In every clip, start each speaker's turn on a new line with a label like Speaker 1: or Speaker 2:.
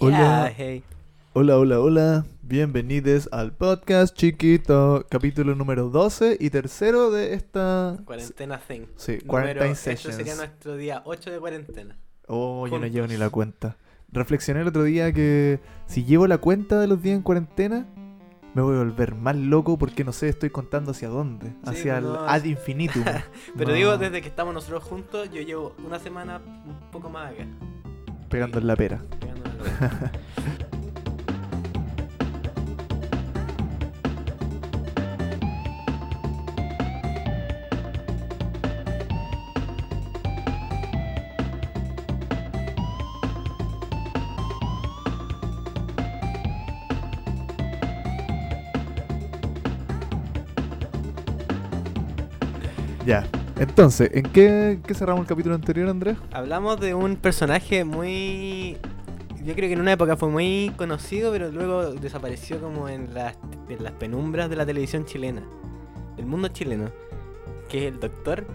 Speaker 1: Hola,
Speaker 2: Yeah, hey.
Speaker 1: hola, hola, hola. Bienvenidos al podcast chiquito, capítulo número 12 y tercero de esta.
Speaker 2: Cuarentena Thing.
Speaker 1: Sí,
Speaker 2: Número-
Speaker 1: 40
Speaker 2: Este sería
Speaker 1: sessions.
Speaker 2: nuestro día 8 de cuarentena.
Speaker 1: Oh, yo no
Speaker 2: juntos.
Speaker 1: llevo ni la cuenta. Reflexioné el otro día que si llevo la cuenta de los días en cuarentena, me voy a volver más loco porque no sé, estoy contando hacia dónde. Hacia el
Speaker 2: pues no,
Speaker 1: ad
Speaker 2: es-
Speaker 1: infinitum.
Speaker 2: Pero
Speaker 1: No,
Speaker 2: digo, desde que estamos nosotros juntos, yo llevo una semana un poco más acá.
Speaker 1: Pegando en la pera.
Speaker 2: pegando la luz.
Speaker 1: Ya. Entonces, ¿en qué, en qué cerramos el capítulo anterior, Andrés?
Speaker 2: Hablamos de un personaje muy... Yo creo que en una época fue muy conocido, pero luego desapareció como en las, en las penumbras de la televisión chilena. Del mundo chileno. Que es el doctor...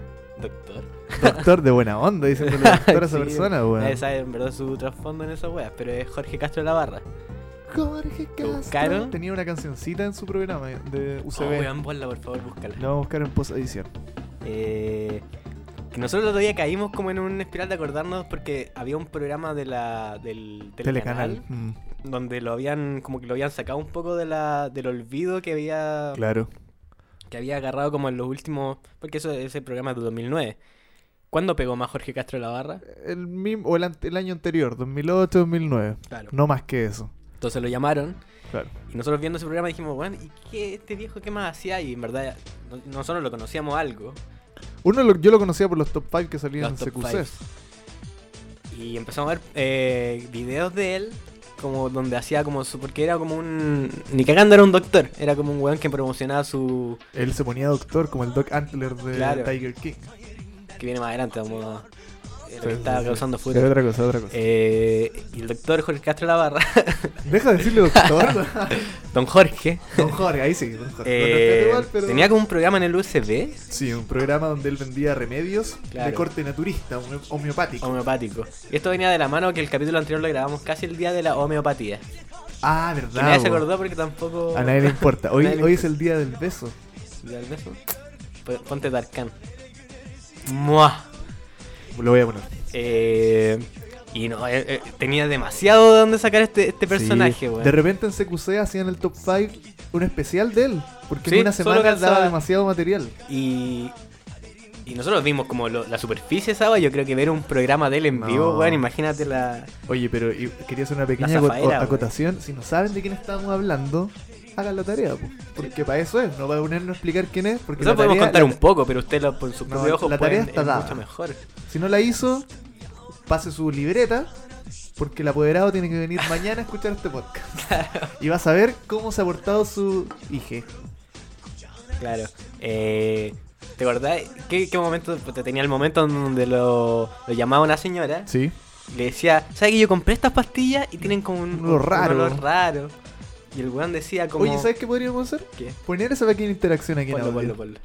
Speaker 2: Doctor.
Speaker 1: Doctor de buena onda, diciendo doctor a esa
Speaker 2: Sí,
Speaker 1: persona,
Speaker 2: Nadie
Speaker 1: weón.
Speaker 2: sabe en verdad su trasfondo en esas weas, pero es Jorge Castro Lavarra.
Speaker 1: Jorge Castro
Speaker 2: ¿Buscaron?
Speaker 1: tenía una cancioncita en su programa de
Speaker 2: Oh,
Speaker 1: UCB.
Speaker 2: weón, ponla, por favor, búscala.
Speaker 1: La vamos a buscar en post-edición.
Speaker 2: Eh, que nosotros el otro día caímos como en un espiral de acordarnos porque había un programa de la, del
Speaker 1: Telecanal.
Speaker 2: telecanal,
Speaker 1: Mm,
Speaker 2: donde lo habían, como que lo habían sacado un poco de la, del olvido que había,
Speaker 1: claro.
Speaker 2: que había agarrado como en los últimos, porque eso, ese programa es de 2009. ¿Cuándo pegó más Jorge Castro Lavarra?
Speaker 1: El mismo, o el, ante- el año anterior, 2008, 2009.
Speaker 2: Claro.
Speaker 1: No más que eso.
Speaker 2: Entonces lo llamaron
Speaker 1: Claro.
Speaker 2: Y nosotros viendo ese programa dijimos, bueno, ¿y qué este viejo qué más hacía? Y en verdad, no- nosotros lo conocíamos algo.
Speaker 1: Uno lo- yo lo conocía por los top 5 que salían en
Speaker 2: los top
Speaker 1: CQC.
Speaker 2: fives. Y empezamos a ver eh, videos de él, como donde hacía como su. Porque era como un. Ni cagando era un doctor, era como un weón que promocionaba su.
Speaker 1: Él se ponía doctor como el Doc Antler de
Speaker 2: Claro.
Speaker 1: Tiger King.
Speaker 2: que viene más adelante, como. eh, lo
Speaker 1: Sí,
Speaker 2: que estaba
Speaker 1: sí, sí.
Speaker 2: causando
Speaker 1: Era
Speaker 2: fútbol.
Speaker 1: otra cosa, otra
Speaker 2: Eh.
Speaker 1: cosa.
Speaker 2: y el doctor Jorge Castro Lavarra,
Speaker 1: Deja de decirle doctor.
Speaker 2: don Jorge,
Speaker 1: don Jorge, ahí sí, don Jorge. Lo
Speaker 2: eh,
Speaker 1: respeto igual, pero-
Speaker 2: tenía como un programa en el USB
Speaker 1: Sí, un programa donde él vendía remedios de
Speaker 2: Claro.
Speaker 1: corte naturista, home- homeopático.
Speaker 2: homeopático. Y esto venía de la mano que el capítulo anterior lo grabamos casi el día de la homeopatía.
Speaker 1: ah,
Speaker 2: Que
Speaker 1: verdad.
Speaker 2: nadie se
Speaker 1: bo.
Speaker 2: acordó porque tampoco.
Speaker 1: A nadie le importa. Hoy,
Speaker 2: nadie le
Speaker 1: hoy es el día del beso.
Speaker 2: Dale beso. P- Ponte Tarkan. Mua.
Speaker 1: Lo voy a poner.
Speaker 2: Eh, y no, eh, eh, tenía demasiado de dónde sacar este, este personaje,
Speaker 1: Sí.
Speaker 2: weón.
Speaker 1: De repente en CQC hacían el top 5 un especial de él. Porque en
Speaker 2: Sí,
Speaker 1: una
Speaker 2: solo
Speaker 1: semana daba
Speaker 2: calzaba.
Speaker 1: demasiado material.
Speaker 2: Y. Y nosotros vimos como lo- la superficie, ¿sabes? Yo creo que ver un programa de él en
Speaker 1: No.
Speaker 2: vivo, weón, imagínate la.
Speaker 1: Oye, pero y- quería hacer una pequeña
Speaker 2: La
Speaker 1: aco-
Speaker 2: zafaera, güey.
Speaker 1: acotación. Si no saben de quién estábamos hablando, hagan la tarea. po. Porque para eso es. No va a ponernos a explicar quién es. Porque la
Speaker 2: Nosotros podemos
Speaker 1: tarea-
Speaker 2: contar
Speaker 1: la-
Speaker 2: un poco, pero usted lo, por sus
Speaker 1: No,
Speaker 2: propios ojos
Speaker 1: la tarea
Speaker 2: pueden-
Speaker 1: está
Speaker 2: es
Speaker 1: dada.
Speaker 2: mucho mejor.
Speaker 1: Si no la hizo, pase su libreta, porque el apoderado tiene que venir mañana a escuchar este podcast. Y va a saber cómo se ha portado su IG.
Speaker 2: Claro. Eh, ¿Te acordás? ¿Qué, qué momento? Te tenía el momento donde lo, lo llamaba una señora.
Speaker 1: Sí.
Speaker 2: le decía, ¿sabes que yo compré estas pastillas y tienen como un,
Speaker 1: Un olor raro".
Speaker 2: olor raro? Y el weón decía como...
Speaker 1: Oye, ¿sabes qué podríamos hacer?
Speaker 2: ¿Qué?
Speaker 1: Poner esa pequeña interacción aquí en
Speaker 2: Ponlo,
Speaker 1: audio.
Speaker 2: ponlo, ponlo.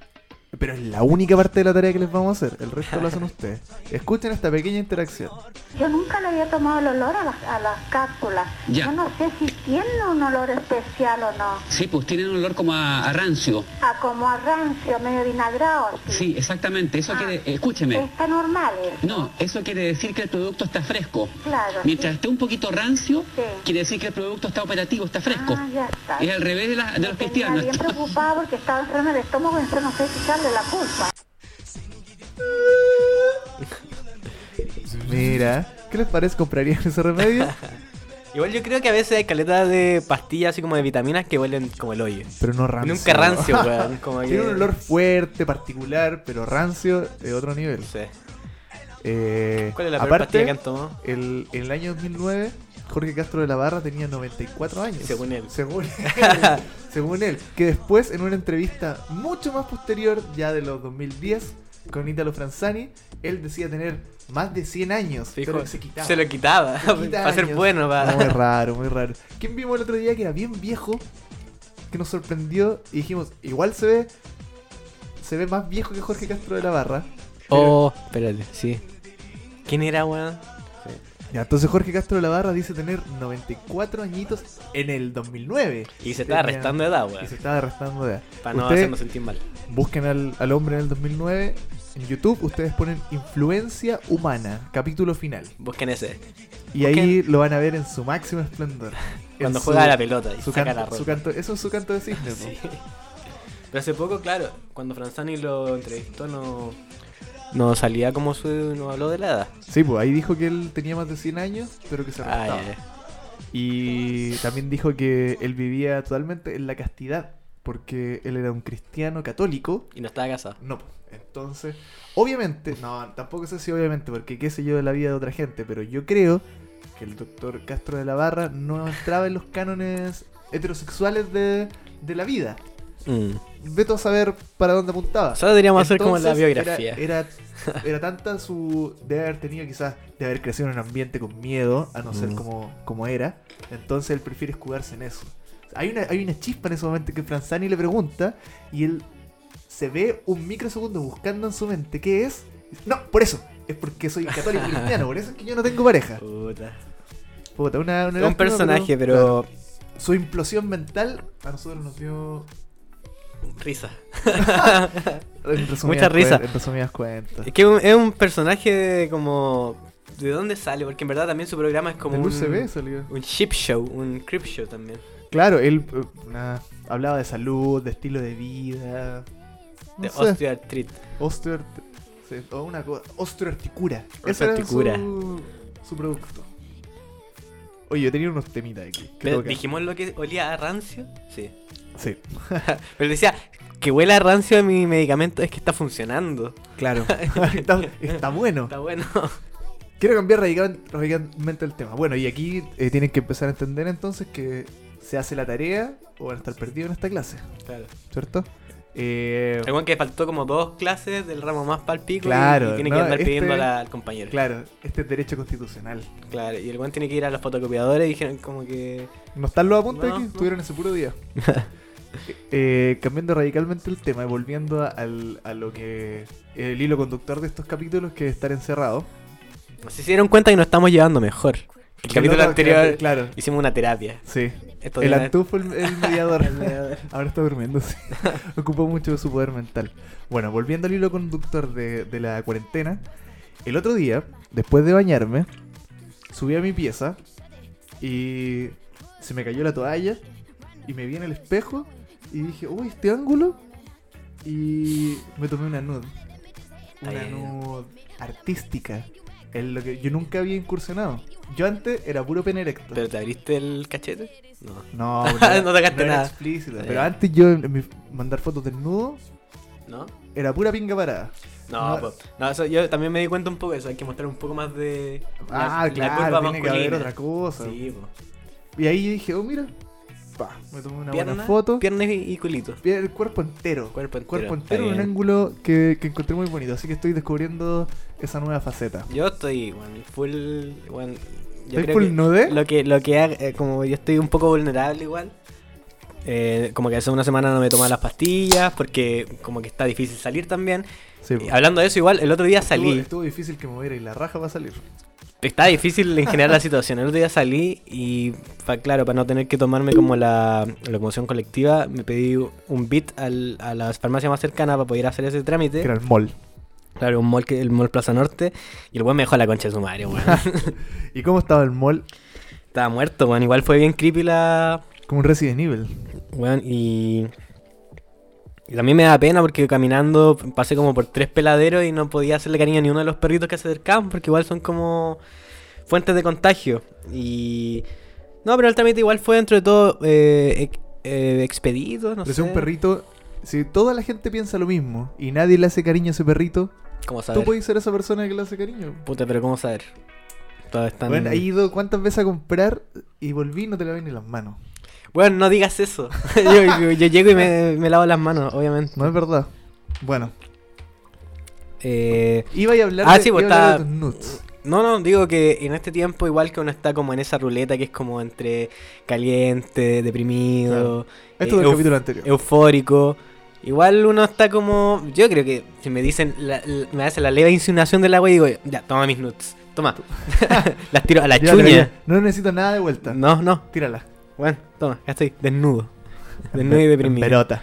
Speaker 1: Pero es la única parte de la tarea que les vamos a hacer. El resto lo hacen ustedes. Escuchen esta pequeña interacción.
Speaker 3: Yo nunca le había tomado el olor a las, a las cápsulas.
Speaker 4: Ya.
Speaker 3: Yo no sé si tiene un olor especial o no.
Speaker 4: Sí, pues tienen un olor como a, a rancio.
Speaker 3: A como a rancio, medio vinagrado. así.
Speaker 4: Sí, exactamente. Eso
Speaker 3: Ah.
Speaker 4: quiere, escúcheme.
Speaker 3: Está normal. eso.
Speaker 4: No, eso quiere decir que el producto está fresco.
Speaker 3: Claro. Ah,
Speaker 4: Mientras esté un poquito rancio,
Speaker 3: Sí.
Speaker 4: quiere decir que el producto está operativo, está fresco.
Speaker 3: Ah, ya está.
Speaker 4: Es al revés de, la- de los
Speaker 3: Me tenía
Speaker 4: cristianos.
Speaker 3: bien preocupada porque estaba enferma del estómago, entonces no sé si echarle la culpa.
Speaker 1: Mira, ¿qué les parece? ¿Comprarían ese remedio?
Speaker 2: Igual yo creo que a veces hay caletas de pastillas así como de vitaminas que huelen como el hoyo.
Speaker 1: Pero no rancio.
Speaker 2: Nunca rancio, weón. Como que...
Speaker 1: Tiene un olor fuerte, particular, pero rancio de otro nivel.
Speaker 2: No sé.
Speaker 1: Eh,
Speaker 2: ¿Cuál es la peor
Speaker 1: aparte,
Speaker 2: pastilla que han tomado?
Speaker 1: el, en el año 2009, Jorge Castro de la Barra tenía 94 años.
Speaker 2: Según él.
Speaker 1: Según él. según él. Que después, en una entrevista mucho más posterior, ya de los 2010, con Italo Franzani, él decía tener más de 100 años.
Speaker 2: Se,
Speaker 1: pero
Speaker 2: dijo-
Speaker 1: se quitaba.
Speaker 2: se lo quitaba.
Speaker 1: Quita
Speaker 2: para ser
Speaker 1: años.
Speaker 2: bueno, para...
Speaker 1: No, Muy raro, muy raro. ¿Quién vimos el otro día que era bien viejo? Que nos sorprendió y dijimos, igual se ve. Se ve más viejo que Jorge Castro de la Barra.
Speaker 2: Oh, espérate, sí. ¿Quién era, weón?
Speaker 1: Ya, entonces Jorge Castro Lavarra dice tener 94 añitos en el 2009.
Speaker 2: Y se está
Speaker 1: Tenía-
Speaker 2: restando edad, weón.
Speaker 1: Y se estaba arrastrando de...
Speaker 2: Para no
Speaker 1: Usted-
Speaker 2: hacernos sentir mal.
Speaker 1: Busquen al, al hombre en el 2009 en YouTube, ustedes ponen Influencia Humana, capítulo final.
Speaker 2: Busquen ese.
Speaker 1: Y
Speaker 2: Busquen-
Speaker 1: ahí lo van a ver en su máximo esplendor. En
Speaker 2: Cuando
Speaker 1: su-
Speaker 2: juega a la pelota y
Speaker 1: su
Speaker 2: saca
Speaker 1: canto-
Speaker 2: la ropa.
Speaker 1: su canto- Eso es su canto de cisne. po.
Speaker 2: Sí. Pero hace poco, claro, cuando Franzani lo entrevistó, no, no salía como su. no habló de la edad.
Speaker 1: Sí, pues ahí dijo que él tenía más de 100 años, pero que se
Speaker 2: Ah,
Speaker 1: arrastraba.
Speaker 2: ya, ya.
Speaker 1: Y también dijo que él vivía totalmente en la castidad, porque él era un cristiano católico.
Speaker 2: Y no estaba casado.
Speaker 1: No, pues, entonces, obviamente, no, tampoco sé si obviamente, porque qué sé yo de la vida de otra gente, pero yo creo que el doctor Castro de la Barra no entraba en los cánones heterosexuales de, de la vida.
Speaker 2: Mm.
Speaker 1: Veto a saber para dónde apuntaba.
Speaker 2: Solo deberíamos hacer como la
Speaker 1: Entonces,
Speaker 2: biografía.
Speaker 1: Era, era, era tanta su. de haber tenido quizás. de haber crecido en un ambiente con miedo, a no ser
Speaker 2: Mm.
Speaker 1: como, como era. Entonces él prefiere escudarse en eso. Hay una, hay una chispa en ese momento que Franzani le pregunta y él se ve un microsegundo buscando en su mente qué es. No, por eso. Es porque soy católico cristiano, por eso es que yo no tengo pareja.
Speaker 2: Puta.
Speaker 1: Puta, una, una
Speaker 2: Es un
Speaker 1: lástima,
Speaker 2: personaje,
Speaker 1: claro,
Speaker 2: pero.
Speaker 1: su implosión mental a nosotros nos dio.
Speaker 2: Risa.
Speaker 1: en resumidas
Speaker 2: Mucha
Speaker 1: cuen-
Speaker 2: risa.
Speaker 1: En resumidas cuentas.
Speaker 2: Es que es un- es un personaje de como. ¿De dónde sale? Porque en verdad también su programa es como.
Speaker 1: Del
Speaker 2: un,
Speaker 1: UCB salió.
Speaker 2: un ship show, un creep show también.
Speaker 1: Claro, él eh, nada, hablaba de salud, de estilo de vida. No
Speaker 2: De
Speaker 1: sé,
Speaker 2: osteoartritis.
Speaker 1: osteo- sí, o una cosa. Osteoarticura. Ese era
Speaker 2: Osteoarticura.
Speaker 1: su, su producto. Oye, yo tenía unos temitas aquí. que
Speaker 2: Pero
Speaker 1: tocar.
Speaker 2: ¿Dijimos lo que olía a rancio? Sí.
Speaker 1: Sí,
Speaker 2: Pero decía, que huela a rancio de mi medicamento es que está funcionando.
Speaker 1: claro. está, está bueno.
Speaker 2: Está bueno.
Speaker 1: Quiero cambiar radical- radicalmente el tema. Bueno, y aquí eh, tienen que empezar a entender entonces que se hace la tarea o van a estar perdidos en esta clase,
Speaker 2: Claro.
Speaker 1: ¿cierto? Eh,
Speaker 2: Igual que faltó como dos clases del ramo más palpico
Speaker 1: Claro,
Speaker 2: y, y tiene
Speaker 1: no,
Speaker 2: que andar
Speaker 1: este-
Speaker 2: pidiendo a la- al compañero.
Speaker 1: claro, este es derecho constitucional.
Speaker 2: Claro, Y el guan tiene que ir a los fotocopiadores y dijeron como que.
Speaker 1: No están los apuntes
Speaker 2: No,
Speaker 1: aquí,
Speaker 2: no.
Speaker 1: estuvieron ese puro día. Eh, cambiando radicalmente el tema y volviendo a, al- a lo que el hilo conductor de estos capítulos que es estar encerrado.
Speaker 2: No sé si se dieron cuenta que nos estamos llevando mejor. El capítulo
Speaker 1: Claro,
Speaker 2: anterior
Speaker 1: Claro,
Speaker 2: hicimos una terapia.
Speaker 1: sí.
Speaker 2: Esto
Speaker 1: El
Speaker 2: de una-
Speaker 1: antufo, el, el mediador.
Speaker 2: El mediador.
Speaker 1: Ahora está durmiendo, sí. Ocupó mucho de su poder mental. Bueno, volviendo al hilo conductor de, de la cuarentena. El otro día, después de bañarme, subí a mi pieza y se me cayó la toalla y me vi en el espejo y dije, uy, este ángulo. Y me tomé una nude. Una
Speaker 2: Está bien.
Speaker 1: nude artística. En lo que yo nunca había incursionado. Yo antes era puro pene erecto.
Speaker 2: ¿Pero te abriste el cachete? No.
Speaker 1: No, pero
Speaker 2: No sacaste
Speaker 1: era
Speaker 2: nada.
Speaker 1: explícito.
Speaker 2: Ya.
Speaker 1: Pero antes yo en mi- mandar fotos desnudo
Speaker 2: ¿No?
Speaker 1: era pura pinga parada.
Speaker 2: No,
Speaker 1: No.
Speaker 2: po. no eso, yo también me di cuenta un poco de eso. Hay que mostrar un poco más de. la-
Speaker 1: ah,
Speaker 2: la
Speaker 1: claro,
Speaker 2: curva
Speaker 1: tiene que haber
Speaker 2: masculina.
Speaker 1: otra cosa.
Speaker 2: Sí, po.
Speaker 1: Y ahí yo dije, oh, mira, pa, me tomé una
Speaker 2: Pierna,
Speaker 1: buena foto.
Speaker 2: piernas y, y culito.
Speaker 1: Pie- El cuerpo entero.
Speaker 2: Cuerpo
Speaker 1: El cuerpo
Speaker 2: entero, está
Speaker 1: entero, un
Speaker 2: bien.
Speaker 1: ángulo que, que encontré muy bonito. Así que estoy descubriendo esa nueva faceta.
Speaker 2: Yo estoy, weón, full. weón, yo
Speaker 1: ¿Estoy
Speaker 2: creo
Speaker 1: full
Speaker 2: que
Speaker 1: nude?
Speaker 2: Lo que, lo que haga- eh, como yo estoy un poco vulnerable igual. eh, como que hace una semana no me tomaba las pastillas porque como que está difícil salir también.
Speaker 1: Sí,
Speaker 2: Y
Speaker 1: po.
Speaker 2: hablando de eso igual, el otro día
Speaker 1: Estuvo,
Speaker 2: salí.
Speaker 1: estuvo difícil que me moviera y la raja va a salir.
Speaker 2: Está difícil en general la situación. El otro día salí y, pa- claro, para no tener que tomarme como la locomoción colectiva, me pedí un bit al- a la farmacia más cercana para poder hacer ese trámite.
Speaker 1: Que era el mall.
Speaker 2: Claro, un mall que, el mall Plaza Norte. Y el weón me dejó la concha de su madre, weón.
Speaker 1: ¿Y cómo estaba el mall?
Speaker 2: Estaba muerto, weón. Igual fue bien creepy la.
Speaker 1: Como un Resident Evil.
Speaker 2: Weón, y. Y también me da pena porque caminando pasé como por tres peladeros y no podía hacerle cariño a ninguno de los perritos que se acercaban porque igual son como fuentes de contagio. Y. No, pero el trámite igual fue dentro de todo eh, ex- eh, expedito, no
Speaker 1: Pero si
Speaker 2: sé.
Speaker 1: un perrito, si toda la gente piensa lo mismo y nadie le hace cariño a ese perrito,
Speaker 2: ¿Cómo
Speaker 1: Tú
Speaker 2: saber?
Speaker 1: puedes ser esa persona que le hace cariño.
Speaker 2: Puta, pero ¿cómo saber? Todos están.
Speaker 1: Bueno, he ido cuántas veces a comprar y volví y no te lavé ni las manos.
Speaker 2: Bueno, no digas eso. yo, yo- yo llego y me, me lavo las manos, obviamente.
Speaker 1: No es verdad. Bueno,
Speaker 2: Eh,
Speaker 1: iba a hablar,
Speaker 2: Ah,
Speaker 1: de,
Speaker 2: sí, pues,
Speaker 1: iba a hablar
Speaker 2: está- eh,
Speaker 1: de tus nuts.
Speaker 2: no, no, digo que en este tiempo igual que uno está como en esa ruleta que es como entre caliente, deprimido, eh,
Speaker 1: Esto del
Speaker 2: euf-
Speaker 1: Este capítulo anterior.
Speaker 2: eufórico. Igual uno está como... Yo creo que si me dicen, la- la- me hace la leve insinuación del agua y digo, ya, toma mis nuts. Toma. Las tiro a la
Speaker 1: Llévatela
Speaker 2: chuña.
Speaker 1: yo. No necesito nada de vuelta.
Speaker 2: No, no.
Speaker 1: Tírala.
Speaker 2: Bueno, toma, ya estoy desnudo. Desnudo y deprimido.
Speaker 1: Pelota.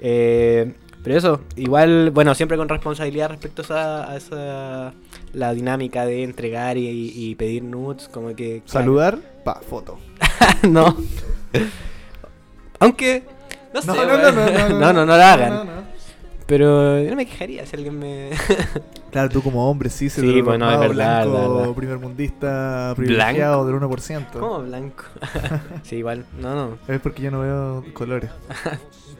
Speaker 2: Eh, pero eso, igual, bueno, siempre con responsabilidad respecto a esa, a esa- la dinámica de entregar y, y pedir nudes, como que...
Speaker 1: Saludar, pa, foto.
Speaker 2: no. Aunque... No, sé,
Speaker 1: No, no, no,
Speaker 2: weón.
Speaker 1: no, no, no,
Speaker 2: no, no lo hagan.
Speaker 1: no, no.
Speaker 2: Pero yo no me quejaría si alguien me...
Speaker 1: Claro, tú como hombre, sí, se
Speaker 2: Sí, pues no, es verdad,
Speaker 1: blanco,
Speaker 2: la verdad.
Speaker 1: primermundista, privilegiado del 1%.
Speaker 2: Como blanco. sí, igual. No, no.
Speaker 1: Es porque yo no veo colores.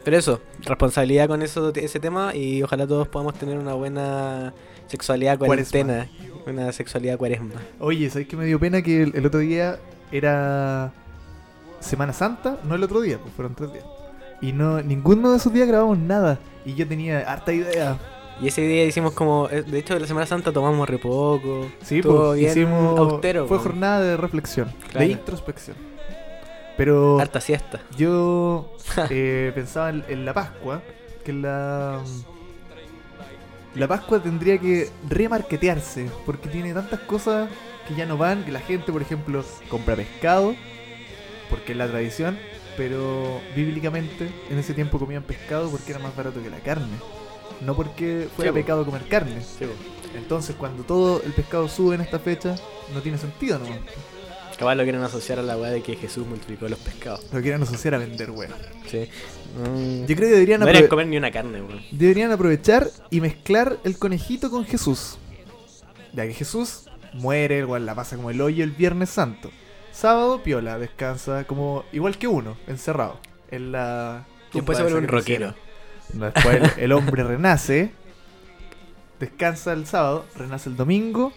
Speaker 2: Pero eso, responsabilidad con eso, ese tema y ojalá todos podamos tener una buena sexualidad
Speaker 1: Cuaresma.
Speaker 2: cuarentena. Una sexualidad cuaresma.
Speaker 1: Oye, ¿sabes que me dio pena que el, el otro día era Semana Santa? No el otro día, pues fueron tres días. Y no, ninguno de esos días grabamos nada. Y yo tenía harta idea.
Speaker 2: Y ese día hicimos como, eh, de hecho la Semana Santa tomamos re poco.
Speaker 1: Sí,
Speaker 2: Estuvo
Speaker 1: pues,
Speaker 2: bien
Speaker 1: hicimos.
Speaker 2: austero.
Speaker 1: fue
Speaker 2: po.
Speaker 1: jornada de reflexión,
Speaker 2: Claro.
Speaker 1: de introspección. Pero
Speaker 2: Harta siesta.
Speaker 1: yo eh, pensaba en, en la Pascua, que la. La Pascua tendría que remarquetearse, porque tiene tantas cosas que ya no van, que la gente, por ejemplo, compra pescado, porque es la tradición, pero bíblicamente en ese tiempo comían pescado porque era más barato que la carne, no porque fuera
Speaker 2: Sí, po.
Speaker 1: pecado comer carne. Entonces, cuando todo el pescado sube en esta fecha, no tiene sentido nomás.
Speaker 2: Capaz lo quieren asociar a la weá de que Jesús multiplicó los pescados.
Speaker 1: Lo quieren asociar a vender, weón.
Speaker 2: Sí. Mm.
Speaker 1: Yo creo que deberían,
Speaker 2: no eran
Speaker 1: aprove-
Speaker 2: comer ni una carne, weón.
Speaker 1: deberían aprovechar y mezclar el conejito con Jesús. Ya que Jesús muere, el weón la pasa como el hoyo el Viernes Santo. Sábado, piola, descansa como igual que uno, encerrado. En la.
Speaker 2: Y después se
Speaker 1: tumba
Speaker 2: vuelve un
Speaker 1: esa que
Speaker 2: rockero.
Speaker 1: pusieron. Después el, el hombre renace, descansa el sábado, renace el domingo.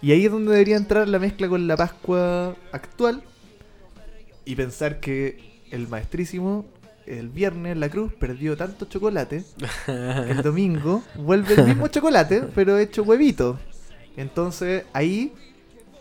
Speaker 1: Y ahí es donde debería entrar la mezcla con la Pascua actual. Y pensar que el maestrísimo, el viernes en la cruz, perdió tanto chocolate el domingo vuelve el mismo chocolate, pero hecho huevito. Entonces ahí,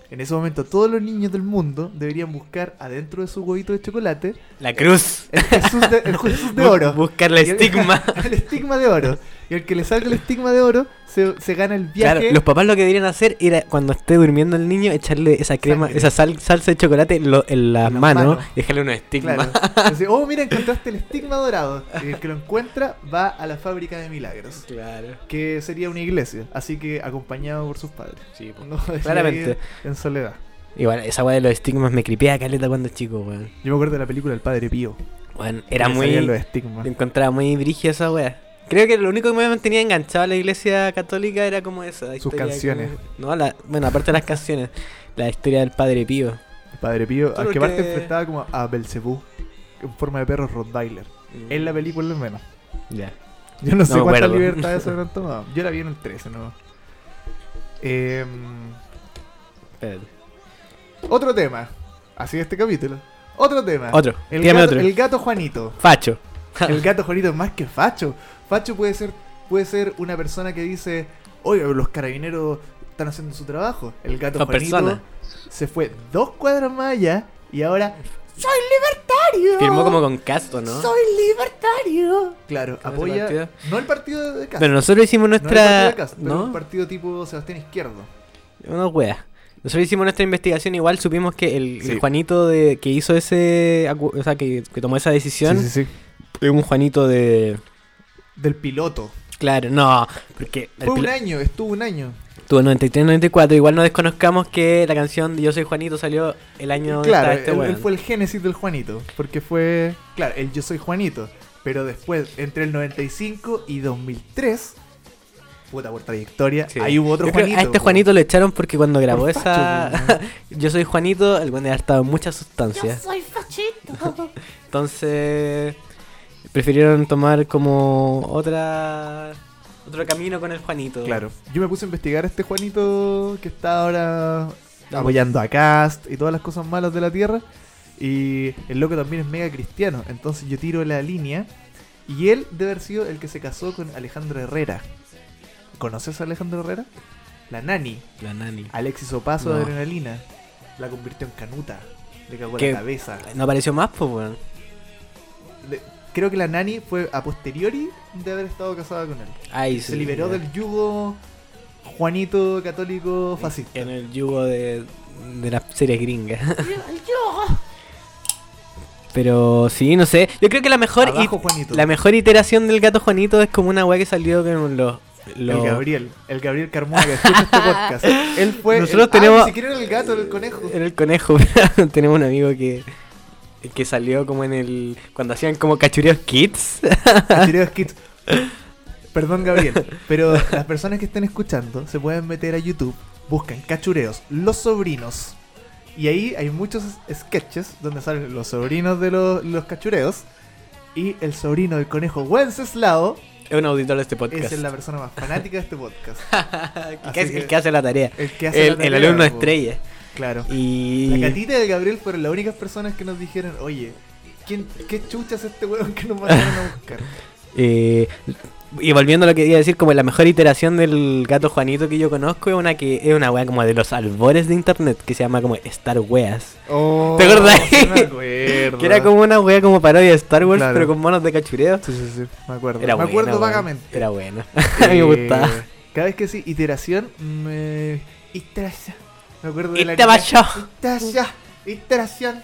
Speaker 1: en ese momento, todos los niños del mundo deberían buscar adentro de su huevito de chocolate
Speaker 2: La cruz.
Speaker 1: el Jesús de, el Jesús de
Speaker 2: Bu-
Speaker 1: oro.
Speaker 2: Buscar la
Speaker 1: Y el-
Speaker 2: estigma.
Speaker 1: El estigma de oro. Y el que le salga el estigma de oro se, se gana el viaje.
Speaker 2: Claro, los papás lo que deberían hacer era cuando esté durmiendo el niño echarle esa crema,
Speaker 1: Sangre.
Speaker 2: esa sal- salsa de chocolate en, lo- en las
Speaker 1: En las
Speaker 2: manos,
Speaker 1: manos.
Speaker 2: dejarle un estigma.
Speaker 1: Claro. Así, oh, mira, encontraste el estigma dorado. Y el que lo encuentra va a la fábrica de milagros.
Speaker 2: Claro,
Speaker 1: Que sería una iglesia, así que acompañado por sus padres.
Speaker 2: sí, po.
Speaker 1: No debería
Speaker 2: Claramente.
Speaker 1: ir En soledad.
Speaker 2: Igual, esa weá de los estigmas me cripea caleta cuando chico, weón.
Speaker 1: Yo me acuerdo de la película El Padre Pío.
Speaker 2: Weón, era
Speaker 1: Le salían los
Speaker 2: muy.
Speaker 1: estigmas.
Speaker 2: Lo encontraba muy brígida esa weá. Creo que lo único que me mantenía enganchado a la iglesia católica era como esa.
Speaker 1: Sus
Speaker 2: historia que-
Speaker 1: canciones.
Speaker 2: No, la- bueno, aparte de las canciones, la historia del Padre Pío.
Speaker 1: El Padre Pío, al
Speaker 2: Solo
Speaker 1: que parte
Speaker 2: que-
Speaker 1: enfrentaba como a Belcebú en forma de perro Rottweiler.
Speaker 2: Mm.
Speaker 1: En la película al menos.
Speaker 2: Ya.
Speaker 1: Yo no sé
Speaker 2: me
Speaker 1: cuántas
Speaker 2: acuerdo.
Speaker 1: libertades se habrán tomado. Yo la vi en el 13, ¿no? Em,
Speaker 2: Espérate.
Speaker 1: otro tema. Así este capítulo. Otro tema.
Speaker 2: Otro.
Speaker 1: El
Speaker 2: Tírame
Speaker 1: gato,
Speaker 2: otro.
Speaker 1: el gato Juanito.
Speaker 2: Facho.
Speaker 1: El gato Juanito es más que facho. Facho puede ser, puede ser una persona que dice, oye, los carabineros están haciendo su trabajo. El gato
Speaker 2: Son
Speaker 1: Juanito
Speaker 2: personas.
Speaker 1: se fue dos cuadras más allá y ahora soy libertario.
Speaker 2: Firmó como con Castro, ¿no?
Speaker 1: Soy libertario. Claro,
Speaker 2: ¿Cómo es el
Speaker 1: apoya
Speaker 2: partido?
Speaker 1: no el partido de Castro.
Speaker 2: Pero nosotros hicimos
Speaker 1: no el partido
Speaker 2: nuestra.
Speaker 1: de Castro, pero un
Speaker 2: ¿No?
Speaker 1: partido tipo Sebastián Izquierdo.
Speaker 2: Una wea. Nosotros hicimos nuestra investigación, igual supimos que el, el
Speaker 1: Sí.
Speaker 2: Juanito de, que hizo ese. acu- O sea, que, que tomó esa decisión.
Speaker 1: sí.
Speaker 2: Es un Juanito de.
Speaker 1: Del piloto.
Speaker 2: Claro, no. Porque el
Speaker 1: Fue un
Speaker 2: pilo-
Speaker 1: año, estuvo un año.
Speaker 2: tuvo 93-94. Igual no desconozcamos que la canción de Yo soy Juanito salió el año donde
Speaker 1: claro,
Speaker 2: estaba este
Speaker 1: él,
Speaker 2: weón.
Speaker 1: él fue el génesis del Juanito. Porque fue. Claro, el Yo Soy Juanito. Pero después, entre el 95 y 2003. Puta, por trayectoria.
Speaker 2: Sí.
Speaker 1: Ahí hubo otro
Speaker 2: Yo creo que
Speaker 1: Juanito.
Speaker 2: A este
Speaker 1: po.
Speaker 2: Juanito lo echaron porque cuando grabó
Speaker 1: Por
Speaker 2: esa.
Speaker 1: facho,
Speaker 2: Yo soy Juanito, el weón había estado en muchas
Speaker 3: Yo
Speaker 2: sustancias.
Speaker 3: soy fachito.
Speaker 2: Entonces prefirieron tomar como otra otro camino con el Juanito.
Speaker 1: Claro. Yo me puse a investigar a este Juanito que está ahora apoyando a Cast y todas las cosas malas de la Tierra. Y el loco también es mega cristiano. Entonces yo tiro la línea. Y él debe haber sido el que se casó con Alejandro Herrera. ¿Conoces a Alejandro Herrera? La nani.
Speaker 2: La nani.
Speaker 1: Alexis Opaso de
Speaker 2: No.
Speaker 1: adrenalina. La convirtió en canuta. Le cagó
Speaker 2: ¿Qué?
Speaker 1: la cabeza.
Speaker 2: No apareció más, pues weón.
Speaker 1: Le- creo que la nani fue a posteriori de haber estado casada con él.
Speaker 2: Ay,
Speaker 1: Se liberó del yugo Juanito católico fascista.
Speaker 2: En el yugo de, de las series gringas. Pero sí, no sé. Yo creo que la mejor
Speaker 1: Abajo,
Speaker 2: it-
Speaker 1: Juanito.
Speaker 2: la mejor iteración del gato Juanito es como una weá que salió con los. los-
Speaker 1: El Gabriel, el Gabriel Carmona que escucha este podcast. Él fue.
Speaker 2: Nosotros
Speaker 1: el- ah,
Speaker 2: tenemos-
Speaker 1: ni siquiera era el gato, era el conejo.
Speaker 2: Era el conejo. pero Tenemos un amigo que. Que salió como en el. Cuando hacían como cachureos kids.
Speaker 1: Tireos Kids. Perdón, Gabriel, pero las personas que estén escuchando se pueden meter a YouTube, buscan cachureos, los sobrinos. Y ahí hay muchos sketches donde salen los sobrinos de los, los cachureos. Y el sobrino del conejo Wenceslao
Speaker 2: Es un auditor de este podcast.
Speaker 1: es la persona más fanática de este podcast.
Speaker 2: El
Speaker 1: Así
Speaker 2: que hace-
Speaker 1: que-
Speaker 2: el que hace la tarea.
Speaker 1: El que hace la
Speaker 2: El, el
Speaker 1: tarea,
Speaker 2: alumno
Speaker 1: po.
Speaker 2: estrella.
Speaker 1: Claro. La
Speaker 2: Y.
Speaker 1: Catita y el Gabriel fueron las únicas personas que nos dijeron, oye, ¿quién, ¿qué chuchas este huevón que nos mandaron a buscar?
Speaker 2: Eh, y volviendo a lo que iba a decir, como la mejor iteración del gato Juanito que yo conozco es una que es una wea como de los albores de internet que se llama como Star Weas.
Speaker 1: Oh,
Speaker 2: ¿Te acordás?
Speaker 1: sí me acuerdo.
Speaker 2: Que era como una wea como parodia de Star Wars,
Speaker 1: Claro.
Speaker 2: pero con monos de cachureo.
Speaker 1: Sí, sí, sí, me acuerdo.
Speaker 2: Era
Speaker 1: me
Speaker 2: buena,
Speaker 1: acuerdo
Speaker 2: weón.
Speaker 1: vagamente.
Speaker 2: Era buena. A mí me
Speaker 1: Eh,
Speaker 2: gustaba.
Speaker 1: Cada vez que sí, iteración, me... Iteración. Me acuerdo de la...
Speaker 2: Iteración.
Speaker 1: niña. Iteración. Iteración.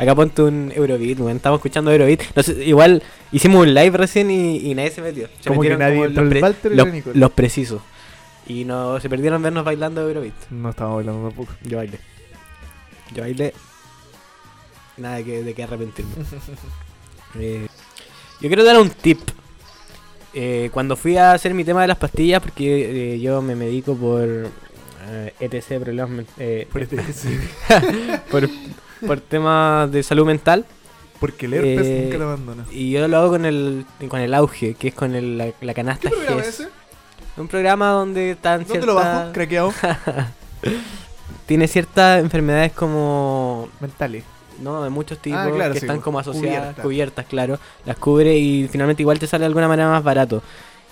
Speaker 2: Acá ponte un Eurobeat, weón. Estamos escuchando Eurobeat. No sé, igual hicimos un live recién y, y nadie se metió. Se
Speaker 1: Como que
Speaker 2: metieron
Speaker 1: nadie entró el Walter y
Speaker 2: los,
Speaker 1: la Nicole.
Speaker 2: los precisos. Y no, se perdieron vernos bailando Eurobeat.
Speaker 1: No estamos hablando tampoco.
Speaker 2: Yo bailé. Yo bailé. Nada que, de que arrepentirme. Eh, yo quiero dar un tip. Eh, cuando fui a hacer mi tema de las pastillas, porque eh, yo me medico por eh, ETC, problemas men- eh,
Speaker 1: Por este- sí.
Speaker 2: por, por temas de salud mental,
Speaker 1: Porque el herpes
Speaker 2: Eh,
Speaker 1: nunca lo abandona.
Speaker 2: y yo lo hago con el, con el auge, que es con el- la, la canasta
Speaker 1: ¿Qué programa
Speaker 2: GES.
Speaker 1: es ese?
Speaker 2: Un programa donde están
Speaker 1: ¿Dónde lo
Speaker 2: ciertas-
Speaker 1: bajo? Craqueado.
Speaker 2: tiene ciertas enfermedades como
Speaker 1: Mentales.
Speaker 2: No, de muchos tipos
Speaker 1: Ah, claro,
Speaker 2: que
Speaker 1: sí,
Speaker 2: están
Speaker 1: pues,
Speaker 2: como asociadas,
Speaker 1: cubiertas.
Speaker 2: cubiertas. claro. Las cubre y finalmente igual te sale de alguna manera más barato.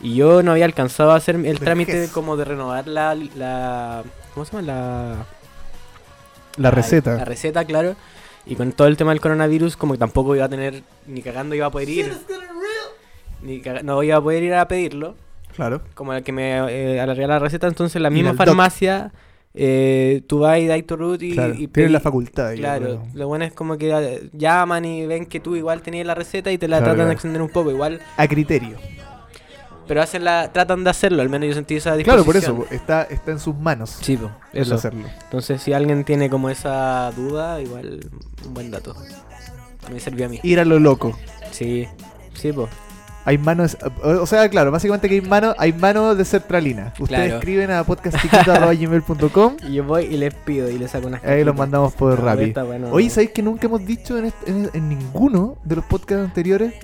Speaker 2: Y yo no había alcanzado a hacer el
Speaker 1: Del
Speaker 2: trámite
Speaker 1: GES.
Speaker 2: como de renovar la, la... ¿Cómo se llama? La... La,
Speaker 1: La
Speaker 2: receta, claro. Y con todo el tema del coronavirus como que tampoco iba a tener... Ni cagando iba a poder ir. Ni caga- no iba a poder ir a pedirlo
Speaker 1: Claro.
Speaker 2: como la que me eh, alargué la receta, entonces la
Speaker 1: Ir
Speaker 2: misma
Speaker 1: al doc.
Speaker 2: farmacia, eh, tú vas y dais tu root y,
Speaker 1: Claro,
Speaker 2: y
Speaker 1: tienen
Speaker 2: pedí-
Speaker 1: la facultad ahí,
Speaker 2: Claro,
Speaker 1: pero-
Speaker 2: lo bueno es como que eh, llaman y ven que tú igual tenías la receta y te la
Speaker 1: Claro,
Speaker 2: tratan
Speaker 1: claro.
Speaker 2: de extender un poco, igual,
Speaker 1: A criterio.
Speaker 2: pero hacen la, tratan de hacerlo, al menos yo sentí esa
Speaker 1: Claro, por
Speaker 2: disposición.
Speaker 1: eso. Está, está en sus manos.
Speaker 2: Sí, po,
Speaker 1: el
Speaker 2: eso.
Speaker 1: hacerlo.
Speaker 2: Entonces, si alguien tiene como esa duda, igual un buen dato. Me sirvió a mí.
Speaker 1: Ir a lo loco.
Speaker 2: Sí, sí, po.
Speaker 1: Hay manos, o o sea, claro, básicamente que hay mano, hay mano de sertralina. Ustedes
Speaker 2: Claro.
Speaker 1: escriben a podcastchiquito.gmail.com
Speaker 2: Y yo voy y les pido y les saco unas
Speaker 1: ahí
Speaker 2: cajitas.
Speaker 1: los mandamos por
Speaker 2: Ah,
Speaker 1: Rappi.
Speaker 2: está bueno.
Speaker 1: Oye, ¿sabéis que nunca hemos dicho en, este- en- en ninguno de los podcasts anteriores?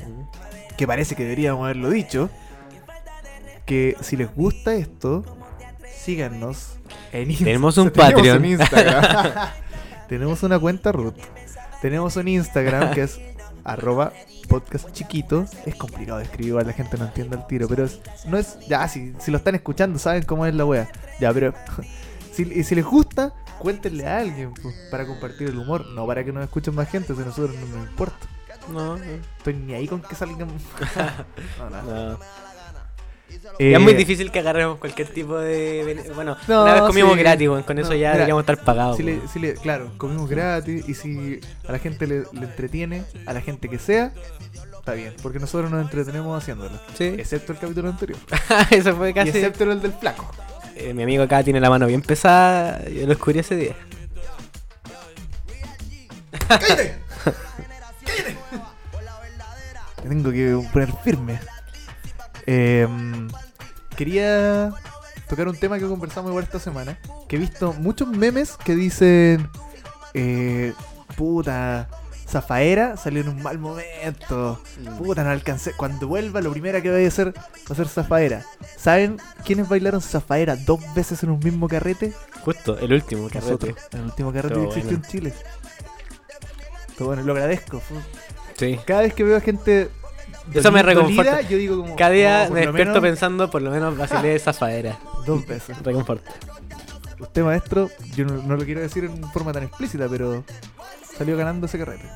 Speaker 1: Que parece que deberíamos haberlo dicho. Que si les gusta esto, síganos en Instagram.
Speaker 2: Tenemos un Patreon.
Speaker 1: tenemos una cuenta root. Tenemos un Instagram que es arroba podcast chiquito. Es complicado de escribir, igual la gente no entiende el tiro, pero es- no es. Ya, si, si lo están escuchando, saben cómo es la wea. Ya, pero. Si, y si les gusta, cuéntenle a alguien po, para compartir el humor, no para que nos escuchen más gente, si a nosotros no nos importa.
Speaker 2: No, no.
Speaker 1: Estoy ni ahí con que salgan. No, no.
Speaker 2: no.
Speaker 1: Eh,
Speaker 2: Ya es muy difícil que agarremos cualquier tipo de. bene- Bueno,
Speaker 1: No,
Speaker 2: una vez comimos
Speaker 1: sí.
Speaker 2: gratis, weón, con eso
Speaker 1: No,
Speaker 2: ya
Speaker 1: mira,
Speaker 2: deberíamos estar pagados.
Speaker 1: Si
Speaker 2: weón.
Speaker 1: le, si le- claro, comimos gratis y si a la gente le, le entretiene, a la gente que sea, está bien, porque nosotros nos entretenemos haciéndolo.
Speaker 2: Sí,
Speaker 1: Excepto el capítulo anterior.
Speaker 2: eso fue casi.
Speaker 1: Y excepto el del flaco.
Speaker 2: Eh, mi amigo acá tiene la mano bien pesada, yo lo descubrí ese día.
Speaker 1: ¡Cállate! ¡Cállate! Me Tengo que poner firme. Em, quería tocar un tema que conversamos igual esta semana. Que he visto muchos memes que dicen. eh, puta. Zafaera salió en un mal momento. Puta, no alcancé. Cuando vuelva, lo primero que voy a hacer va a ser Zafaera. ¿Saben quiénes bailaron Zafaera dos veces en un mismo carrete?
Speaker 2: Justo, el último que
Speaker 1: Nosotros. En el último carrete
Speaker 2: Todo
Speaker 1: que existió
Speaker 2: bueno.
Speaker 1: en Chile. Todo bueno, lo agradezco. Fue-
Speaker 2: Sí.
Speaker 1: Cada vez que veo gente.
Speaker 2: Eso me
Speaker 1: doli- dolida,
Speaker 2: reconforta.
Speaker 1: yo digo como.
Speaker 2: Cada día
Speaker 1: "No,
Speaker 2: me
Speaker 1: por lo
Speaker 2: despierto
Speaker 1: menos
Speaker 2: pensando, por lo menos vacilé esa faera.
Speaker 1: Dos veces.
Speaker 2: Reconforta.
Speaker 1: Usted, maestro, yo no, no lo quiero decir en forma tan explícita, pero salió ganando ese carrete.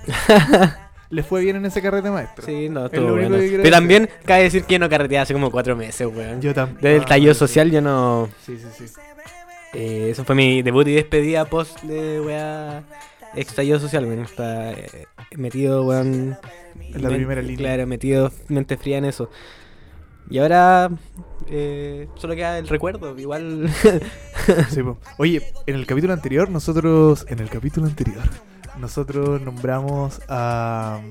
Speaker 1: le fue bien en ese carrete maestro.
Speaker 2: Sí, no,
Speaker 1: Es
Speaker 2: estuvo
Speaker 1: lo único
Speaker 2: bueno.
Speaker 1: que quiero
Speaker 2: Pero también cabe decir que yo no carreteé hace como cuatro meses, weón.
Speaker 1: Yo tampoco.
Speaker 2: Desde el tallido social yo no...
Speaker 1: Sí, sí, sí.
Speaker 2: eh, eso fue mi debut y despedida post de weá... Ex tallido social, weón. Está eh, metido, weón...
Speaker 1: En la
Speaker 2: men-
Speaker 1: primera línea.
Speaker 2: Claro, metido mente fría en eso. Y ahora... eh, solo queda el recuerdo, igual...
Speaker 1: Sí, po. Oye, en el capítulo anterior, nosotros. En el capítulo anterior, nosotros nombramos a. um,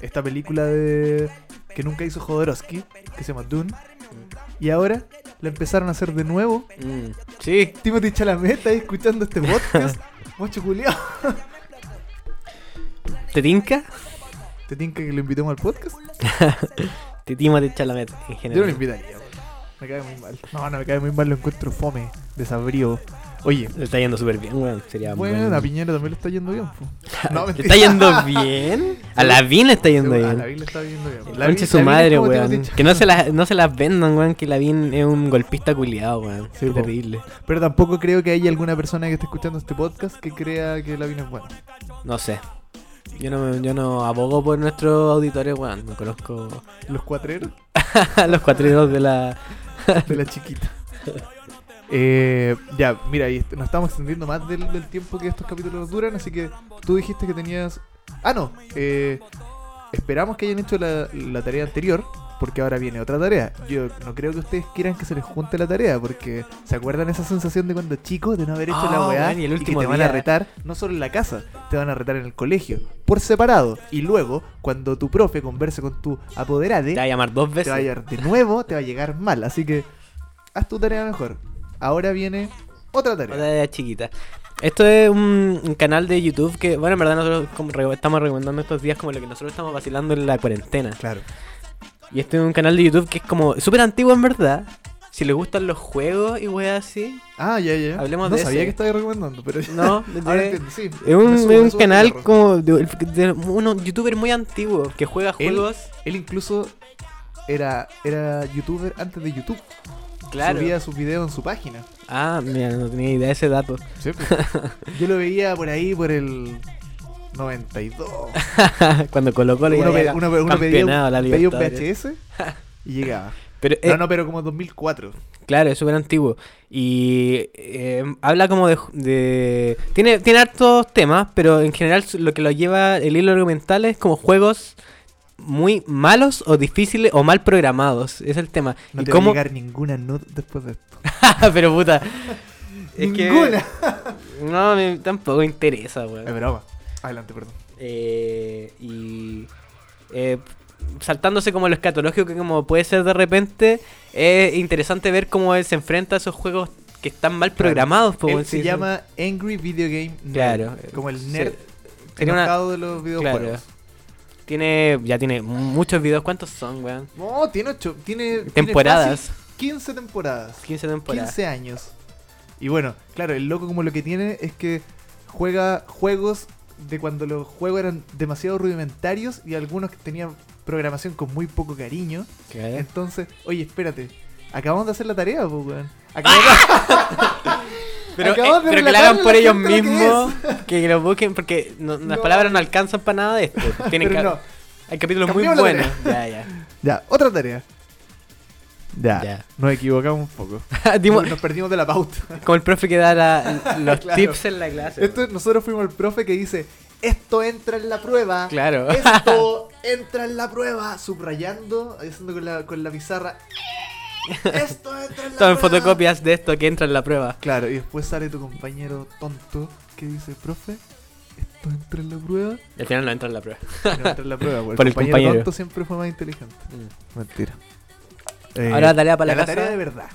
Speaker 1: Esta película de. Que nunca hizo Jodorowsky, que se llama Dune. Y ahora la empezaron a hacer de nuevo.
Speaker 2: Mm, sí,
Speaker 1: Timothy Chalamet está ahí escuchando este podcast. Mocho culiao.
Speaker 2: ¿te tinca?
Speaker 1: ¿Te tinca que lo invitemos al podcast?
Speaker 2: Te Timothy Chalamet, en general.
Speaker 1: Yo no lo invitaría, po. Me cae muy mal. No, no, me cae muy mal, lo encuentro fome, desabrío. Oye,
Speaker 2: Le está yendo súper bien, weón. Sería
Speaker 1: bueno,
Speaker 2: buen-
Speaker 1: la piñera también le está yendo bien, po. No,
Speaker 2: ¿Le
Speaker 1: mentira.
Speaker 2: está yendo bien? A la VIN le está
Speaker 1: Sí,
Speaker 2: yendo
Speaker 1: a
Speaker 2: bien.
Speaker 1: Lavín le Ah, está viendo pues. bien.
Speaker 2: La concha
Speaker 1: Lavín-
Speaker 2: su
Speaker 1: Lavín es
Speaker 2: madre,
Speaker 1: como te hemos
Speaker 2: weón.
Speaker 1: dicho.
Speaker 2: Que no se, las, no se las vendan, weón. Que Lavín es un golpista culiado, weón.
Speaker 1: Sí,
Speaker 2: Qué
Speaker 1: po.
Speaker 2: terrible.
Speaker 1: Pero tampoco creo que haya alguna persona que esté escuchando este podcast que crea que Lavín es bueno.
Speaker 2: No sé. Yo no, me- yo no abogo por nuestros auditores, weón. No conozco
Speaker 1: Los cuatreros
Speaker 2: a los cuatrinos de la.
Speaker 1: de la chiquita. Eh, ya, mira, y est- nos estamos extendiendo más del, del tiempo que estos capítulos duran, así que tú dijiste que tenías... Ah, no. eh, esperamos que hayan hecho la, la tarea anterior, porque ahora viene otra tarea. Yo no creo que ustedes quieran que se les junte la tarea, porque ¿se acuerdan esa sensación de cuando chicos de no haber hecho la
Speaker 2: Ah,
Speaker 1: weá
Speaker 2: weón, y el
Speaker 1: que te
Speaker 2: último
Speaker 1: van a
Speaker 2: día.
Speaker 1: retar, no solo en la casa, te van a retar en el colegio, por separado, y luego, cuando tu profe converse con tu apoderade
Speaker 2: Te va a llamar dos
Speaker 1: te va
Speaker 2: veces.
Speaker 1: a llegar de nuevo, te va a llegar mal. Así que haz tu tarea mejor. Ahora viene otra tarea.
Speaker 2: Otra de chiquita. Esto es un, un canal de YouTube que, bueno, en verdad nosotros como re- estamos recomendando estos días como lo que nosotros estamos vacilando en la cuarentena.
Speaker 1: Claro.
Speaker 2: Y este es un canal de YouTube que es como súper antiguo en verdad. Si les gustan los juegos y weas así.
Speaker 1: Ah, ya, ya. ya.
Speaker 2: Hablemos
Speaker 1: no
Speaker 2: de
Speaker 1: sabía
Speaker 2: ese.
Speaker 1: que estaba recomendando, pero
Speaker 2: No,
Speaker 1: Ahora
Speaker 2: de-
Speaker 1: entiendo, sí.
Speaker 2: Es un,
Speaker 1: Me subo,
Speaker 2: es
Speaker 1: me
Speaker 2: un
Speaker 1: subo al
Speaker 2: canal
Speaker 1: cerro.
Speaker 2: como de, de un youtuber muy antiguo que juega
Speaker 1: Él-
Speaker 2: juegos.
Speaker 1: Él incluso era, era youtuber antes de YouTube.
Speaker 2: Claro.
Speaker 1: Subía sus videos en su página.
Speaker 2: Ah, mira, no tenía idea de ese dato.
Speaker 1: Sí, pues. Yo lo veía por ahí por el 92.
Speaker 2: Cuando colocó le
Speaker 1: uno pe-
Speaker 2: llamaba
Speaker 1: uno pe- uno pedía,
Speaker 2: campeonado a la
Speaker 1: un- pedía un
Speaker 2: Libertadores.
Speaker 1: VHS y llegaba.
Speaker 2: Pero, eh,
Speaker 1: No, no, pero como 2004.
Speaker 2: Claro, es súper antiguo. Y eh, habla como de, de- Tiene, tiene hartos temas, pero en general su- lo que lo lleva el hilo argumental es como juegos muy malos o difíciles o mal programados. Es el tema.
Speaker 1: No
Speaker 2: y
Speaker 1: te
Speaker 2: cómo... Ah,
Speaker 1: va a llegar ninguna nota después de esto.
Speaker 2: pero puta. es que-
Speaker 1: ninguna.
Speaker 2: No, me- tampoco me interesa,
Speaker 1: Es
Speaker 2: weón.
Speaker 1: broma. Adelante, perdón.
Speaker 2: Eh, y eh, saltándose como lo escatológico que como puede ser de repente, es interesante ver cómo él se enfrenta a esos juegos que están mal programados. po,
Speaker 1: Él
Speaker 2: weón,
Speaker 1: se
Speaker 2: sí, sí.
Speaker 1: llama Angry Video Game Nerd.
Speaker 2: Claro.
Speaker 1: Como el
Speaker 2: Sí.
Speaker 1: nerd
Speaker 2: Tiene una-
Speaker 1: enojado de los videojuegos.
Speaker 2: Tiene, ya tiene muchos videos. ¿Cuántos son, weón?
Speaker 1: No, tiene ocho. Tiene. tiene
Speaker 2: Temporadas.
Speaker 1: fácil 15 temporadas.
Speaker 2: 15 temporadas.
Speaker 1: 15 años. Y bueno, claro, el loco como lo que tiene es que juega juegos de cuando los juegos eran demasiado rudimentarios y algunos que tenían programación con muy poco cariño.
Speaker 2: Claro.
Speaker 1: Entonces, oye, espérate. Acabamos de hacer la tarea, pues, weón.
Speaker 2: Ah,
Speaker 1: Acabamos de-
Speaker 2: Pero, eh,
Speaker 1: Acabas
Speaker 2: pero que
Speaker 1: de
Speaker 2: lo
Speaker 1: relatarle
Speaker 2: hagan
Speaker 1: a
Speaker 2: por
Speaker 1: la
Speaker 2: ellos
Speaker 1: gente lo que
Speaker 2: mismos. Que, lo busquen, porque no- las
Speaker 1: No.
Speaker 2: palabras no alcanzan para nada de esto. Tienen
Speaker 1: Pero
Speaker 2: ca-
Speaker 1: no.
Speaker 2: Hay capítulos muy
Speaker 1: Cambiamos la
Speaker 2: buenos. Ya, ya.
Speaker 1: Ya, otra tarea. Ya,
Speaker 2: Ya.
Speaker 1: nos equivocamos un poco.
Speaker 2: Dimos-
Speaker 1: Nos perdimos de la pauta.
Speaker 2: como el profe que da la- los
Speaker 1: Claro.
Speaker 2: tips en la clase.
Speaker 1: Esto, nosotros fuimos el profe que dice, esto entra en la prueba.
Speaker 2: Claro.
Speaker 1: Esto entra en la prueba. Subrayando, haciendo con la, con la pizarra. Esto entra en la
Speaker 2: Tomen
Speaker 1: prueba.
Speaker 2: fotocopias de esto que entra en la prueba.
Speaker 1: Claro, y después sale tu compañero tonto que dice, profe, esto entra en la prueba.
Speaker 2: Y al final no entra en la prueba.
Speaker 1: Y No entra en la prueba, porque
Speaker 2: Por
Speaker 1: el,
Speaker 2: el
Speaker 1: compañero,
Speaker 2: compañero. Mm.
Speaker 1: tonto siempre fue más inteligente. Mentira.
Speaker 2: Ahora tarea para la
Speaker 1: ya
Speaker 2: casa.
Speaker 1: tarea de verdad.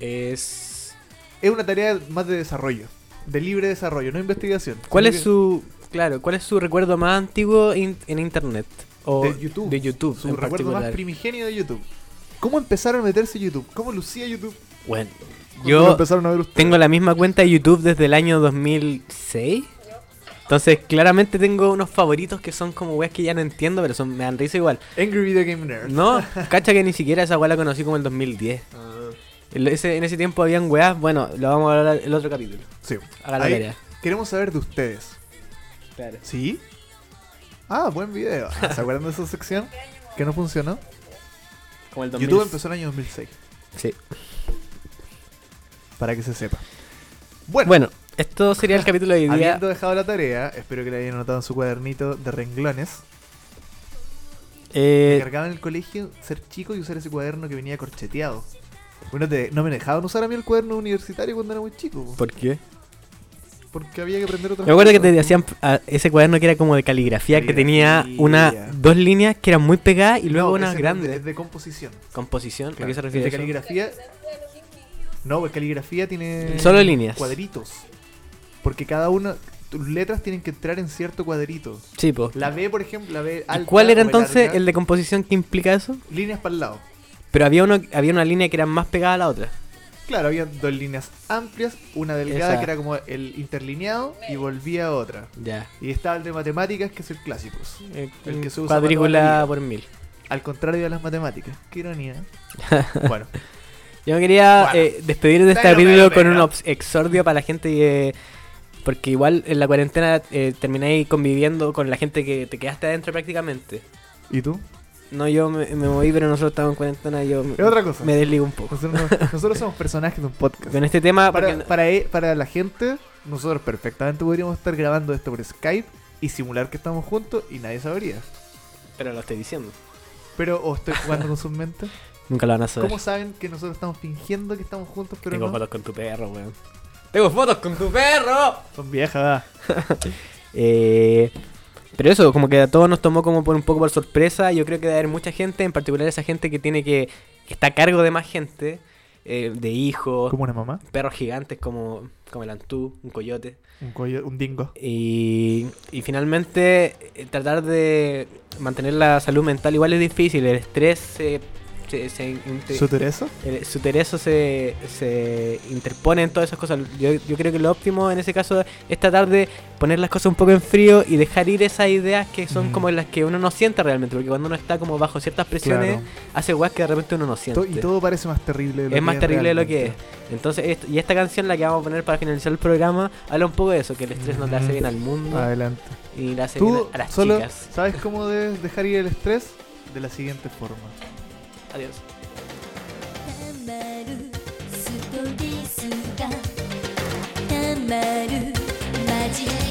Speaker 2: Es.
Speaker 1: Es una tarea más de desarrollo, de libre desarrollo, no investigación.
Speaker 2: ¿Cuál
Speaker 1: Sino
Speaker 2: es
Speaker 1: que-
Speaker 2: su. Claro, cuál es su recuerdo más antiguo in- en internet? O
Speaker 1: de YouTube?
Speaker 2: De YouTube,
Speaker 1: Su
Speaker 2: en
Speaker 1: recuerdo más
Speaker 2: particular.
Speaker 1: primigenio de YouTube. ¿Cómo empezaron a meterse a YouTube? ¿Cómo lucía YouTube?
Speaker 2: Bueno,
Speaker 1: cuando lo
Speaker 2: yo
Speaker 1: empezaron a ver ustedes?
Speaker 2: tengo la misma cuenta de YouTube desde el año 2006. Entonces, claramente tengo unos favoritos que son como weas que ya no entiendo, pero son, me dan risa igual.
Speaker 1: Angry Video Game Nerd.
Speaker 2: No, cacha que ni siquiera esa wea la conocí como el 2010.
Speaker 1: Ah.
Speaker 2: El- ese- en ese tiempo habían weas, bueno, lo vamos a hablar el otro capítulo.
Speaker 1: Sí.
Speaker 2: Haga la
Speaker 1: Ahí
Speaker 2: tarea.
Speaker 1: Queremos saber de ustedes.
Speaker 2: Claro.
Speaker 1: ¿Sí? Ah, buen video. Ah, ¿Se acuerdan de esa sección? Que no funcionó.
Speaker 2: Como el
Speaker 1: YouTube empezó en el año 2006,
Speaker 2: Sí.
Speaker 1: para que se sepa. Bueno,
Speaker 2: Bueno, esto sería el capítulo de hoy día.
Speaker 1: habiendo dejado la tarea, espero que la hayan anotado en su cuadernito de renglones. Me
Speaker 2: Eh,
Speaker 1: cargaba en el colegio ser chico y usar ese cuaderno que venía corcheteado. Bueno, te- no me dejaban usar a mí el cuaderno universitario cuando era muy chico, po,
Speaker 2: ¿Por qué?
Speaker 1: porque había que aprender otra
Speaker 2: Me acuerdo que te hacían ah, ese cuaderno que era como de caligrafía, que tenía una dos líneas que eran muy pegadas y luego unas
Speaker 1: Es
Speaker 2: grandes.
Speaker 1: de composición.
Speaker 2: Composición, ¿a
Speaker 1: Claro,
Speaker 2: qué se refiere?
Speaker 1: de
Speaker 2: eso?
Speaker 1: caligrafía. No, pues caligrafía tiene.
Speaker 2: Solo líneas.
Speaker 1: Cuadritos. Porque cada una. Tus letras tienen que entrar en cierto cuadrito.
Speaker 2: Sí, po.
Speaker 1: La B, por ejemplo, la B
Speaker 2: ¿Y
Speaker 1: alta.
Speaker 2: ¿Cuál era
Speaker 1: o B
Speaker 2: entonces
Speaker 1: larga,
Speaker 2: el de composición que implica eso?
Speaker 1: Líneas para el lado.
Speaker 2: Pero había uno, había una línea que era más pegada a la otra.
Speaker 1: Claro, había dos líneas amplias, una delgada
Speaker 2: Esa.
Speaker 1: que era como el interlineado y volvía a otra.
Speaker 2: Ya.
Speaker 1: Y estaba el de matemáticas, que es el clásico. El que se usa para toda la
Speaker 2: cuadrícula
Speaker 1: vida.
Speaker 2: por mil.
Speaker 1: Al contrario de las matemáticas. Qué ironía. ¿eh? bueno,
Speaker 2: Yo me quería
Speaker 1: Bueno.
Speaker 2: eh, despedir de este
Speaker 1: Pero,
Speaker 2: capítulo
Speaker 1: pero,
Speaker 2: con un
Speaker 1: pero.
Speaker 2: obs- exordio para la gente que- Porque igual en la cuarentena eh, termináis conviviendo con la gente que te quedaste adentro prácticamente.
Speaker 1: ¿y tú?
Speaker 2: No, yo me, me moví, pero nosotros estamos en cuarentena y yo me,
Speaker 1: Es otra cosa.
Speaker 2: me desligo un poco.
Speaker 1: Nosotros, no- nosotros somos personajes de un podcast.
Speaker 2: Con este tema, porque
Speaker 1: para, para, e- para la gente, nosotros perfectamente podríamos estar grabando esto por Skype y simular que estamos juntos y nadie sabría.
Speaker 2: pero lo estoy diciendo.
Speaker 1: Pero, o estoy jugando con sus mentes.
Speaker 2: Nunca lo van a saber.
Speaker 1: ¿Cómo saben que nosotros estamos fingiendo que estamos juntos, pero
Speaker 2: Tengo
Speaker 1: no?
Speaker 2: fotos con tu perro, weón. Tengo fotos con tu perro.
Speaker 1: Son viejas, ¿verdad?
Speaker 2: Eh, pero eso, como que a todos nos tomó como por un poco por sorpresa. Yo creo que debe haber mucha gente, en particular esa gente que tiene que, que está a cargo de más gente, eh, de hijos,
Speaker 1: Como una mamá,
Speaker 2: perros gigantes como, como el Antú, un coyote.
Speaker 1: un, coyo- un dingo.
Speaker 2: Y, y finalmente eh, tratar de mantener la salud mental igual es difícil. El estrés se, se, se inte-
Speaker 1: ¿Su Teresa?
Speaker 2: el- su tereso se, se interpone en todas esas cosas. Yo, yo creo que lo óptimo en ese caso es tratar de poner las cosas un poco en frío y dejar ir esas ideas que son
Speaker 1: Mm.
Speaker 2: como las que uno no siente realmente, porque cuando uno está como bajo ciertas presiones, hace weas que de repente uno no siente.
Speaker 1: To- y todo parece más terrible de lo que
Speaker 2: es más terrible de lo que es.
Speaker 1: realmente.
Speaker 2: Entonces, est- y esta canción, la que vamos a poner para finalizar el programa, habla un poco de eso, que el estrés no le hace
Speaker 1: Ujú.
Speaker 2: bien al mundo
Speaker 1: Adelante.
Speaker 2: y le hace bien
Speaker 1: Tú
Speaker 2: a las
Speaker 1: solo
Speaker 2: chicas.
Speaker 1: sabes cómo debes dejar ir el estrés de la siguiente forma.
Speaker 2: Adiós.
Speaker 5: たまるストレスがたまるマジッ